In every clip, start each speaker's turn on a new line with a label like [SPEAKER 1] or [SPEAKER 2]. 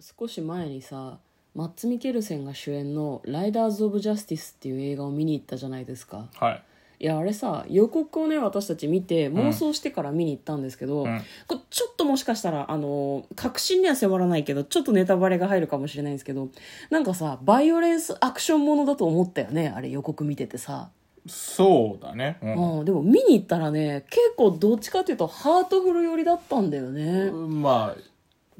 [SPEAKER 1] 少し前にさマッツ・ミケルセンが主演の「ライダーズ・オブ・ジャスティス」っていう映画を見に行ったじゃないですか
[SPEAKER 2] はい
[SPEAKER 1] いやあれさ予告をね私たち見て妄想してから見に行ったんですけど、
[SPEAKER 2] うん
[SPEAKER 1] これちょっともしかしたらあの確信には迫らないけどちょっとネタバレが入るかもしれないんですけどなんかさバイオレンスアクションものだと思ったよねあれ予告見ててさ、
[SPEAKER 2] そうだねう
[SPEAKER 1] うんんでも見に行ったらね結構どっちかっていうとハートフル寄りだったんだよね、
[SPEAKER 2] うんまあ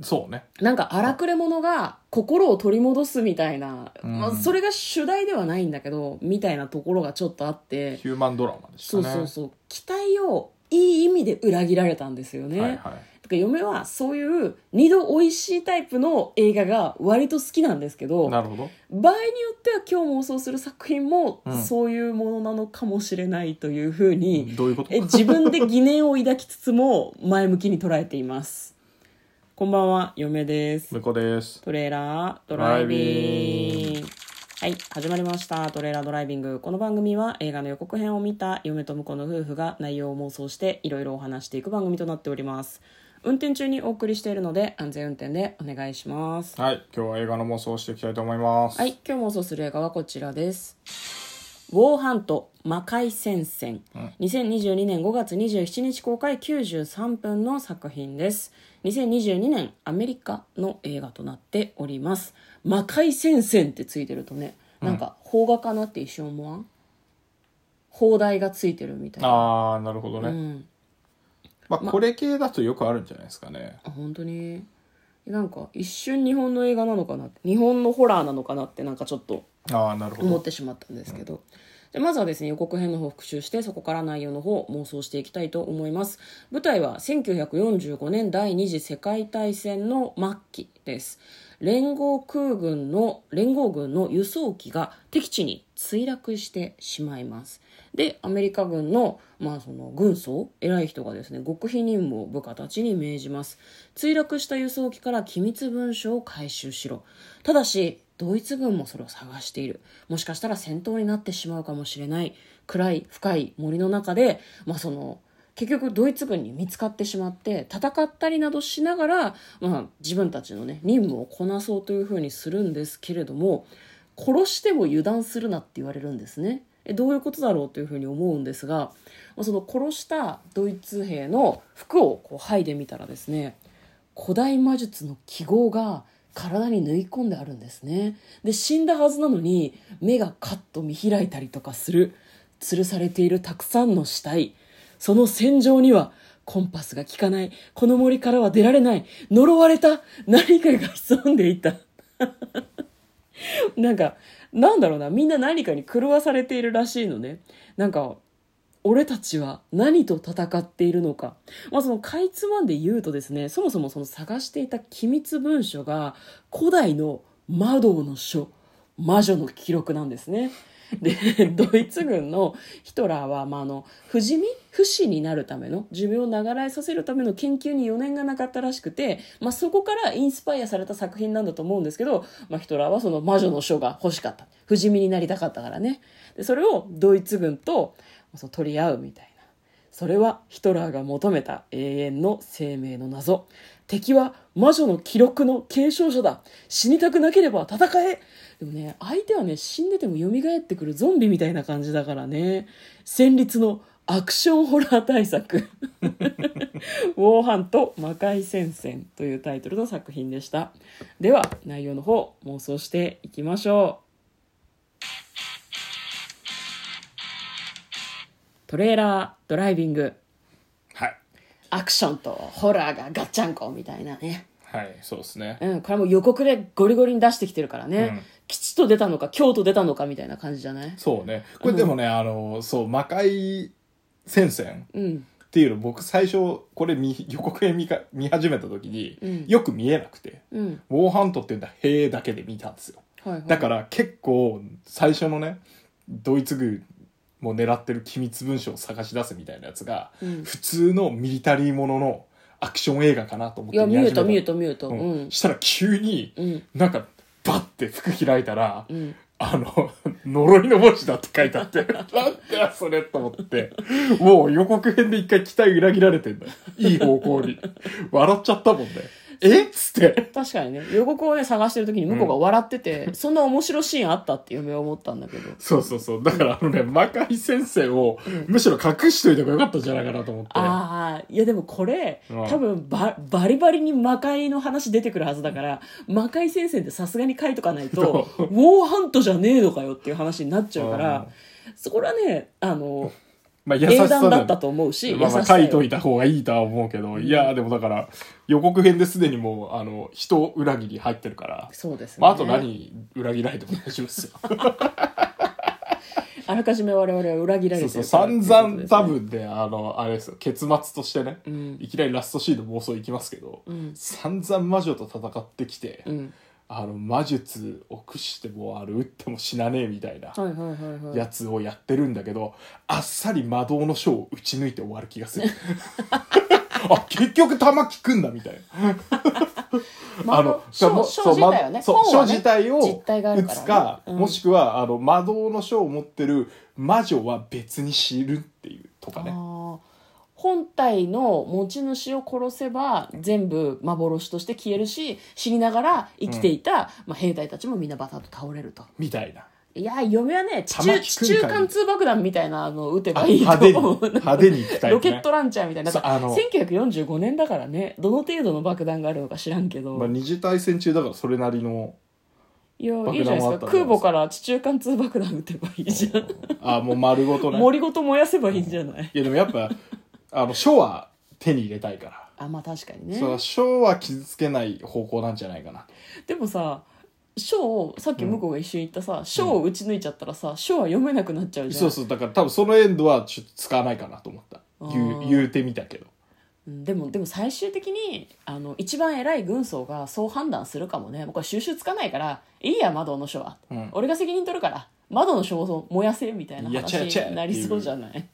[SPEAKER 2] そうね
[SPEAKER 1] なんか荒くれ者が心を取り戻すみたいな、
[SPEAKER 2] うん
[SPEAKER 1] まあ、それが主題ではないんだけどみたいなところがちょっとあって
[SPEAKER 2] ヒューマンドラマでした
[SPEAKER 1] そう
[SPEAKER 2] ね
[SPEAKER 1] そうそう期待をいい意味で裏切られたんですよね、
[SPEAKER 2] はいはい
[SPEAKER 1] だから嫁はそういう二度おいしいタイプの映画が割と好きなんですけど場合
[SPEAKER 2] なるほど
[SPEAKER 1] によっては今日妄想する作品も
[SPEAKER 2] うん
[SPEAKER 1] そういうものなのかもしれないというふうに、
[SPEAKER 2] どういうこと
[SPEAKER 1] え自分で疑念を抱きつつも前向きに捉えていますこんばんは嫁です
[SPEAKER 2] 向こうです
[SPEAKER 1] トレーラードライビン
[SPEAKER 2] ドライ
[SPEAKER 1] グ。はい、始まりました。トレーラードライビング。この番組は映画の予告編を見た嫁と婿の夫婦が内容を妄想していろいろお話していく番組となっております。運転中にお送りしているので安全運転でお願いします。
[SPEAKER 2] はい今日は映画の妄想をしていきたいと思います
[SPEAKER 1] はい、今日妄想する映画はこちらです。ウォーハント魔界戦線、2022年5月27日公開93分の作品です2022年アメリカの映画となっております魔界戦線ってついてるとねなんか邦画かなって一瞬思わん邦題がついてるみたいな
[SPEAKER 2] ああなるほどね、
[SPEAKER 1] うん
[SPEAKER 2] まあこれ系だとよくあるんじゃないですかね
[SPEAKER 1] あ本当になんか一瞬日本の映画なのかなって日本のホラーなのかなってなんかちょっと
[SPEAKER 2] ああなるほ
[SPEAKER 1] 思っ
[SPEAKER 2] ど
[SPEAKER 1] てしまったんですけど、でまずはですね予告編の方を復習してそこから内容の方を妄想していきたいと思います舞台は1945年第二次世界大戦の末期です連合空軍の連合軍の輸送機が敵地に墜落してしまいますでアメリカ軍の,、まあその軍曹偉い人がですね極秘任務を部下たちに命じます墜落した輸送機から機密文書を回収しろただしドイツ軍もそれを探しているもしかしたら戦闘になってしまうかもしれない暗い深い森の中で、まあ、その結局ドイツ軍に見つかってしまって戦ったりなどしながら、まあ、自分たちの、ね、任務をこなそうというふうにするんですけれども殺しても油断するなって言われるんですね。えどういうことだろうというふうに思うんですがまあその殺したドイツ兵の服をこう剥いでみたらですね古代魔術の記号が体に縫い込んであるんですねで死んだはずなのに目がカッと見開いたりとかする吊るされているたくさんの死体その戦場にはコンパスが効かないこの森からは出られない呪われた何かが潜んでいたなんかなんだろうなみんな何かに狂わされているらしいのねなんか俺たちは何と戦っているのか。まあ、そのかいつまんで言うとですね、そもそもその探していた機密文書が古代の魔道の書、魔女の記録なんですね。で、 ドイツ軍のヒトラーは、まあ、あの、不死身不死になるための、寿命を長らえさせるための研究に余念がなかったらしくて、まあ、そこからインスパイアされた作品なんだと思うんですけど、まあ、ヒトラーはその魔女の書が欲しかった。不死身になりたかったからね。で、それをドイツ軍と、そう取り合うみたいなそれはヒトラーが求めた永遠の生命の謎敵は魔女の記録の継承者だ死にたくなければ戦えでもね相手はね死んでても蘇ってくるゾンビみたいな感じだからね戦慄のアクションホラー大作「ウォーハンと魔界戦線」というタイトルの作品でしたでは内容の方妄想していきましょうトレーラードライビング
[SPEAKER 2] はい
[SPEAKER 1] アクションとホラーがガッチャンコみたいなね、
[SPEAKER 2] はいそうですね
[SPEAKER 1] うん、これはもう予告でゴリゴリに出してきてるからね、
[SPEAKER 2] うん
[SPEAKER 1] 吉と出たのか京と出たのかみたいな感じじゃない
[SPEAKER 2] そうねこれでもね、あのそう魔界戦線
[SPEAKER 1] うん
[SPEAKER 2] っていうの僕最初これ見予告編見か見始めた時に、
[SPEAKER 1] うん
[SPEAKER 2] よく見えなくて
[SPEAKER 1] うん
[SPEAKER 2] ウォーハントっていうんだへえだけで見たんですよ
[SPEAKER 1] はいはい
[SPEAKER 2] だから結構最初のねドイツ軍も狙ってる機密文書を探し出せみたいなやつが、
[SPEAKER 1] うん
[SPEAKER 2] 普通のミリタリーもののアクション映画かなと思っ
[SPEAKER 1] い
[SPEAKER 2] て
[SPEAKER 1] や見え
[SPEAKER 2] 始め
[SPEAKER 1] た
[SPEAKER 2] の
[SPEAKER 1] 見えた見えたうん、
[SPEAKER 2] うんしたら急に
[SPEAKER 1] うん
[SPEAKER 2] なんかバッて服開いたら、
[SPEAKER 1] うん
[SPEAKER 2] あの呪いの文字だって書いて あってなんだそれと思ってもう予告編で一回期待裏切られてんだよいい方向に笑っちゃったもんねえっつって
[SPEAKER 1] 確かにね予告をね探してる時に向こうが笑ってて、そんな面白いシーンあったって嫁は思ったんだけど
[SPEAKER 2] そうそうそうだからあのね魔界先生をむしろ隠しといてもよかったんじゃないかなと思って
[SPEAKER 1] ああいやでもこれ、
[SPEAKER 2] うん
[SPEAKER 1] 多分ババリバリに魔界の話出てくるはずだから魔界先生ってさすがに書いとかないとウ
[SPEAKER 2] そう
[SPEAKER 1] ォーハントじゃねえのかよっていう話になっちゃうから、そこらねあの
[SPEAKER 2] まあ優し
[SPEAKER 1] 英
[SPEAKER 2] さ
[SPEAKER 1] 断
[SPEAKER 2] だ
[SPEAKER 1] だ
[SPEAKER 2] よ
[SPEAKER 1] ったと思うし、
[SPEAKER 2] まあま
[SPEAKER 1] 優
[SPEAKER 2] あ
[SPEAKER 1] しさ
[SPEAKER 2] 書
[SPEAKER 1] よ
[SPEAKER 2] いといた方がいいとは思うけど、いやーでもだから予告編ですでにもうあの人裏切り入ってるから、
[SPEAKER 1] そうですね、
[SPEAKER 2] まあ、あと何裏切られても 大丈夫ですよ
[SPEAKER 1] あらかじめ我々は裏切られ
[SPEAKER 2] そう
[SPEAKER 1] て
[SPEAKER 2] そう
[SPEAKER 1] るから
[SPEAKER 2] 散
[SPEAKER 1] っていうこと
[SPEAKER 2] 々
[SPEAKER 1] ですね
[SPEAKER 2] 多分であのあれですよ結末としてね、
[SPEAKER 1] ん
[SPEAKER 2] いきなりラストシーンの妄想いきますけど、
[SPEAKER 1] ん
[SPEAKER 2] 散々魔女と戦ってきて、
[SPEAKER 1] うん
[SPEAKER 2] あの魔術を駆使してもあの打っても死なねえみたいな
[SPEAKER 1] はいはいはいはい
[SPEAKER 2] やつをやってるんだけど、あっさり魔導の書を打ち抜いて終わる気がする あ結局弾効くんだみたいな
[SPEAKER 1] まあの書書自体はね
[SPEAKER 2] そう
[SPEAKER 1] 本
[SPEAKER 2] 書
[SPEAKER 1] はね
[SPEAKER 2] 自体を
[SPEAKER 1] 実体がある
[SPEAKER 2] 打
[SPEAKER 1] からね
[SPEAKER 2] つか、
[SPEAKER 1] うん
[SPEAKER 2] もしくはあの魔導の書を持ってる魔女は別に知るっていうとか
[SPEAKER 1] あ
[SPEAKER 2] ね
[SPEAKER 1] ー本体の持ち主を殺せば全部幻として消えるし死にながら生きていた、まあ、兵隊たちもみんなバタッと倒れると
[SPEAKER 2] みたいない
[SPEAKER 1] やー嫁はね地
[SPEAKER 2] 玉
[SPEAKER 1] 中
[SPEAKER 2] 木
[SPEAKER 1] 地
[SPEAKER 2] 君
[SPEAKER 1] 中
[SPEAKER 2] か
[SPEAKER 1] 貫通爆弾みたいなのを撃てばいい
[SPEAKER 2] 派 手に
[SPEAKER 1] と思う
[SPEAKER 2] 派手に行きたい
[SPEAKER 1] ロ
[SPEAKER 2] よ
[SPEAKER 1] ケッ
[SPEAKER 2] ね
[SPEAKER 1] トランチャーみたいな
[SPEAKER 2] そうあの
[SPEAKER 1] 1945年だからねどの程度の爆弾があるのか知らんけど、
[SPEAKER 2] まあ、二次大戦中だからそれなりの
[SPEAKER 1] いや
[SPEAKER 2] 爆弾
[SPEAKER 1] いいじゃないです
[SPEAKER 2] もあった
[SPEAKER 1] か
[SPEAKER 2] んじゃ
[SPEAKER 1] 空
[SPEAKER 2] ないですか
[SPEAKER 1] 母から地中貫通爆弾撃てばいいじゃん
[SPEAKER 2] あもう丸ご とね
[SPEAKER 1] 森ごと燃やせばいいんじゃない
[SPEAKER 2] いやでもやっぱあの書は手に入れたいから
[SPEAKER 1] あまあ確かにね
[SPEAKER 2] それは書は傷つけない方向なんじゃないかな
[SPEAKER 1] でもさ書をさっき向こうが一瞬言ったさ書、を打ち抜いちゃったらさ書は読めなくなっちゃうじゃん
[SPEAKER 2] そうそうだから多分そのエンドはちょっと使わないかなと思った
[SPEAKER 1] あ
[SPEAKER 2] 言
[SPEAKER 1] ー
[SPEAKER 2] う言うてみたけど
[SPEAKER 1] うんでもでも最終的にあの一番偉い軍曹がそう判断するかもねもうこれ収集つかないからいいや窓の書は、
[SPEAKER 2] うん
[SPEAKER 1] 俺が責任取るから窓の書を燃やせみたいない
[SPEAKER 2] や
[SPEAKER 1] 話
[SPEAKER 2] 違う違うっていう
[SPEAKER 1] になりそうじゃない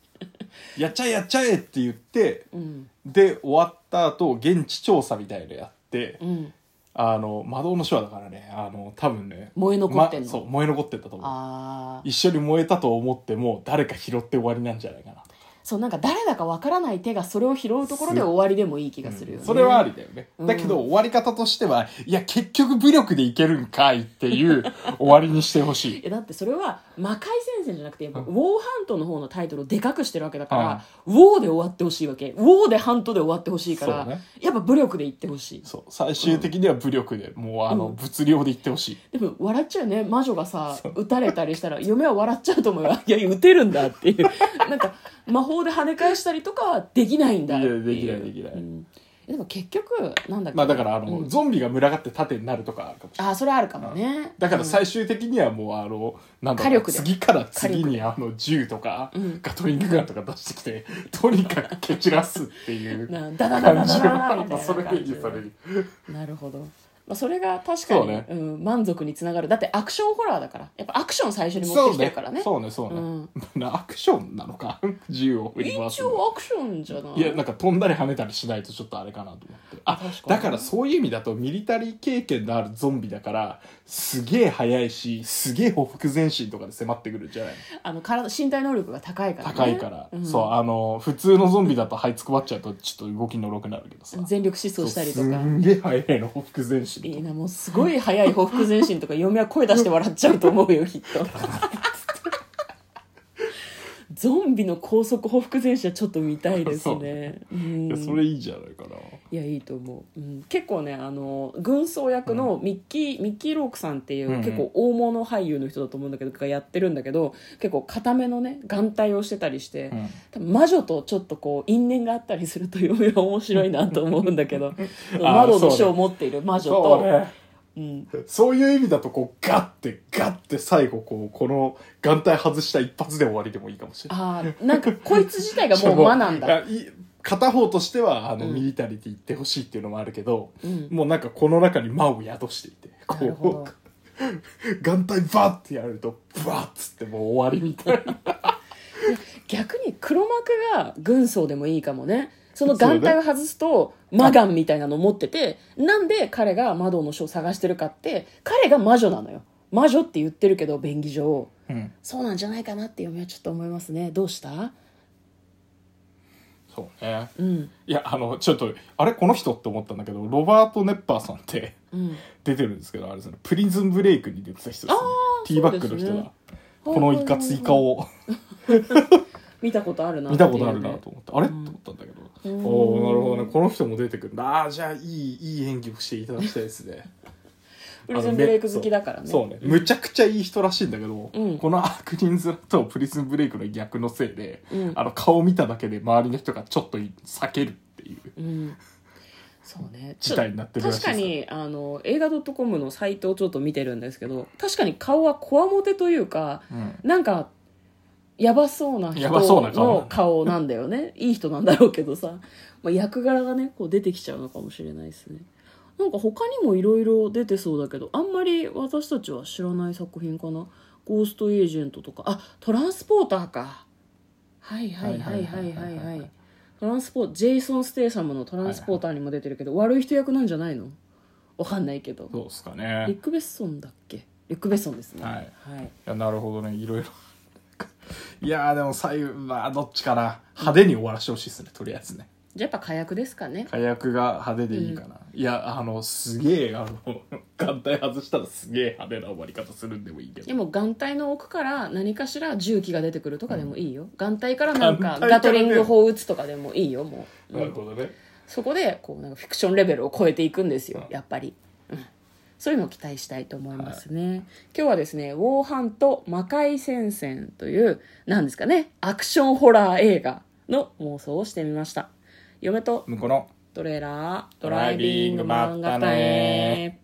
[SPEAKER 2] やっちゃえやっちゃえって言って
[SPEAKER 1] うん
[SPEAKER 2] で終わった後現地調査みたいのやって、
[SPEAKER 1] うん
[SPEAKER 2] あの魔導の書はだからねあの多分ね
[SPEAKER 1] 燃え残ってんの
[SPEAKER 2] まそう燃え残ってたと思う
[SPEAKER 1] ああ
[SPEAKER 2] 一緒に燃えたと思っても誰か拾って終わりなんじゃないかな
[SPEAKER 1] そうなんか誰だかわからない手がそれを拾うところで終わりでもいい気がするよね、
[SPEAKER 2] それはありだよね、
[SPEAKER 1] うん
[SPEAKER 2] だけど終わり方としてはいや結局武力でいけるんかいっていう終わりにしてほし
[SPEAKER 1] い
[SPEAKER 2] い
[SPEAKER 1] やだってそれは魔界戦線じゃなくてやっぱウォーハントの方のタイトルをでかくしてるわけだから、ウォーで終わってほしいわけウォーでハントで終わってほしいから、
[SPEAKER 2] そうね
[SPEAKER 1] やっぱ武力でいってほしい
[SPEAKER 2] そう最終的には武力で、もうあの
[SPEAKER 1] うん
[SPEAKER 2] 物量でいってほしい、
[SPEAKER 1] でも笑っちゃうね魔女がさ撃たれたりしたら嫁は笑っちゃうと思うよいや撃てるんだって いうなんか魔法で跳ね返したりとかはできないんだっていう
[SPEAKER 2] いやできないできない
[SPEAKER 1] うんでも結局なんだっけ
[SPEAKER 2] まあだからあの、
[SPEAKER 1] うん
[SPEAKER 2] ゾンビが群がって盾になるとかあるかもしれない
[SPEAKER 1] あそれはあるかもね
[SPEAKER 2] だから
[SPEAKER 1] うん
[SPEAKER 2] 最終的にはもうあの、なんだ
[SPEAKER 1] 火
[SPEAKER 2] ろう
[SPEAKER 1] 力で
[SPEAKER 2] 次から次にあの銃とか
[SPEAKER 1] うん
[SPEAKER 2] ガトリングガンとか出してきて、 とにかく蹴散らすっていう
[SPEAKER 1] な
[SPEAKER 2] 感じ
[SPEAKER 1] ダダダダダダダダみたいな
[SPEAKER 2] がそれで維持される
[SPEAKER 1] なるほど、まあ、それが確かに
[SPEAKER 2] そう
[SPEAKER 1] う、
[SPEAKER 2] ね
[SPEAKER 1] ん、満足につながるだってアクションホラーだからやっぱアクション最初に持っ
[SPEAKER 2] そ
[SPEAKER 1] て
[SPEAKER 2] う
[SPEAKER 1] きてる
[SPEAKER 2] ね
[SPEAKER 1] からね
[SPEAKER 2] そうねそうね、なアクションなのか銃を振り回す
[SPEAKER 1] 一
[SPEAKER 2] の
[SPEAKER 1] 応アクションじゃない
[SPEAKER 2] いやなんか飛んだり跳ねたりしないとちょっとあれかなと思ってあ
[SPEAKER 1] 確かに
[SPEAKER 2] だからそういう意味だとミリタリー経験のあるゾンビだからすげえ速いしすげえほふく前進とかで迫ってくるんじゃないの
[SPEAKER 1] あの体身体能力が高いから、ね、
[SPEAKER 2] 高いから、
[SPEAKER 1] うん
[SPEAKER 2] そうあの普通のゾンビだと這いつくばっちゃうとちょっと動きのろくなるけどさ
[SPEAKER 1] 全力疾走したりと
[SPEAKER 2] そう
[SPEAKER 1] か
[SPEAKER 2] すんげえ速いのほふく前進
[SPEAKER 1] いいなもうすごい速いほふく前進とか嫁は声出して笑っちゃうと思うよきっ とゾンビの高速ほふく前進はちょっと見たいですねうん
[SPEAKER 2] いやそれいいじゃないかない
[SPEAKER 1] やいいと思う、うん、結構ねあの軍曹役のミッキー、ミッキー・ロークさんっていう、
[SPEAKER 2] うんうん
[SPEAKER 1] 結構大物俳優の人だと思うんだけどがやってるんだけど結構固めのね眼帯をしてたりして、
[SPEAKER 2] うん
[SPEAKER 1] 多分魔女とちょっとこう因縁があったりすると嫁は面白いなと思うんだけ ど窓の書を持っている魔女
[SPEAKER 2] そ
[SPEAKER 1] と
[SPEAKER 2] うね
[SPEAKER 1] うん、
[SPEAKER 2] そういう意味だとこうガッてガッて最後こうこの眼帯外した一発で終わりでもいいかもしれない
[SPEAKER 1] ああなんかこいつ自体がもう魔なんだ、
[SPEAKER 2] あい片方としてはあの、
[SPEAKER 1] うん
[SPEAKER 2] ミリタリティ行ってほしいっていうのもあるけど、
[SPEAKER 1] うん、
[SPEAKER 2] もうなんかこの中に魔を宿していて
[SPEAKER 1] なるほど
[SPEAKER 2] こう眼帯バッてやるとブワッつってもう終わりみたいな
[SPEAKER 1] 逆に黒幕が軍曹でもいいかもねその眼帯を外すと魔眼みたいなのを持っててなんで彼が魔導の書を探してるかって彼が魔女なのよ魔女って言ってるけど便宜上そうなんじゃないかなって嫁はちょっと思いますねどうした
[SPEAKER 2] そうね
[SPEAKER 1] うん
[SPEAKER 2] いやあのちょっとあれこの人って思ったんだけどロバート・ネッパーさんって
[SPEAKER 1] うん
[SPEAKER 2] 出てるんですけどあれですねプリズンブレイクに出てた人ですね
[SPEAKER 1] あー
[SPEAKER 2] ティーバックの人
[SPEAKER 1] そうです
[SPEAKER 2] が、
[SPEAKER 1] ね
[SPEAKER 2] このいかつい顔を
[SPEAKER 1] 見たことあるな
[SPEAKER 2] 見たことあるな
[SPEAKER 1] って
[SPEAKER 2] と思ってあれ、
[SPEAKER 1] うん
[SPEAKER 2] と思ったんだけど
[SPEAKER 1] うん
[SPEAKER 2] おおなるほどねこの人も出てくるんだあーじゃあいいいい演技をしていただきたいですね
[SPEAKER 1] プリズンブレイク好きだからね
[SPEAKER 2] そうねむちゃくちゃいい人らしいんだけど、
[SPEAKER 1] うん
[SPEAKER 2] この悪人面とプリズンブレイクの逆のせいで、
[SPEAKER 1] うん
[SPEAKER 2] あの顔見ただけで周りの人がちょっと避けるっていう
[SPEAKER 1] うんそうねちょ
[SPEAKER 2] 事態になってるらしい
[SPEAKER 1] 確かにあの映画 .com のサイトをちょっと見てるんですけど確かに顔はこわもてというか
[SPEAKER 2] うん
[SPEAKER 1] なんかやばそうな人
[SPEAKER 2] やばそうな顔
[SPEAKER 1] の顔なんだよね いい人なんだろうけどさ、まあ、役柄がねこう出てきちゃうのかもしれないですねなんか他にもいろいろ出てそうだけどあんまり私たちは知らない作品かな「ゴーストエージェント」とかあトランスポーターかはいはいはいはいはい
[SPEAKER 2] はいはいはい
[SPEAKER 1] は
[SPEAKER 2] は
[SPEAKER 1] い
[SPEAKER 2] はい
[SPEAKER 1] いトランスポージェイソン・ステイサムのトランスポーターにも出てるけど、悪い人役なんじゃないのわかんないけど
[SPEAKER 2] そうですか
[SPEAKER 1] リ
[SPEAKER 2] ね
[SPEAKER 1] ック・ベッソンだっけリック・ベッソンですね
[SPEAKER 2] はい、
[SPEAKER 1] はい、
[SPEAKER 2] いやなるほどねいろいろ いやーでも最後まあどっちかな派手に終わらせてほしいですねとりあえずね
[SPEAKER 1] じゃあやっぱ火薬ですかね
[SPEAKER 2] 火薬が派手でいいかな、いやあのすげえあの 眼帯外したらすげえ派手な終わり方するんでもいいけ
[SPEAKER 1] で
[SPEAKER 2] ど
[SPEAKER 1] も眼帯の奥から何かしら銃器が出てくるとかでもいいよ、眼帯からなんか
[SPEAKER 2] 眼帯からね
[SPEAKER 1] ガトリング砲撃つとかでもいいよもう、
[SPEAKER 2] なるほどね
[SPEAKER 1] そこでこうなんかフィクションレベルを超えていくんですよ、
[SPEAKER 2] うん
[SPEAKER 1] やっぱり、うん、そういうのを期待したいと思いますね、今日はですね「ウォーハンと魔界戦線」というなんですかねアクションホラー映画の妄想をしてみました嫁と
[SPEAKER 2] 向こうの
[SPEAKER 1] トレーラード
[SPEAKER 2] ライビング
[SPEAKER 1] ライビング漫画
[SPEAKER 2] まったね
[SPEAKER 1] ね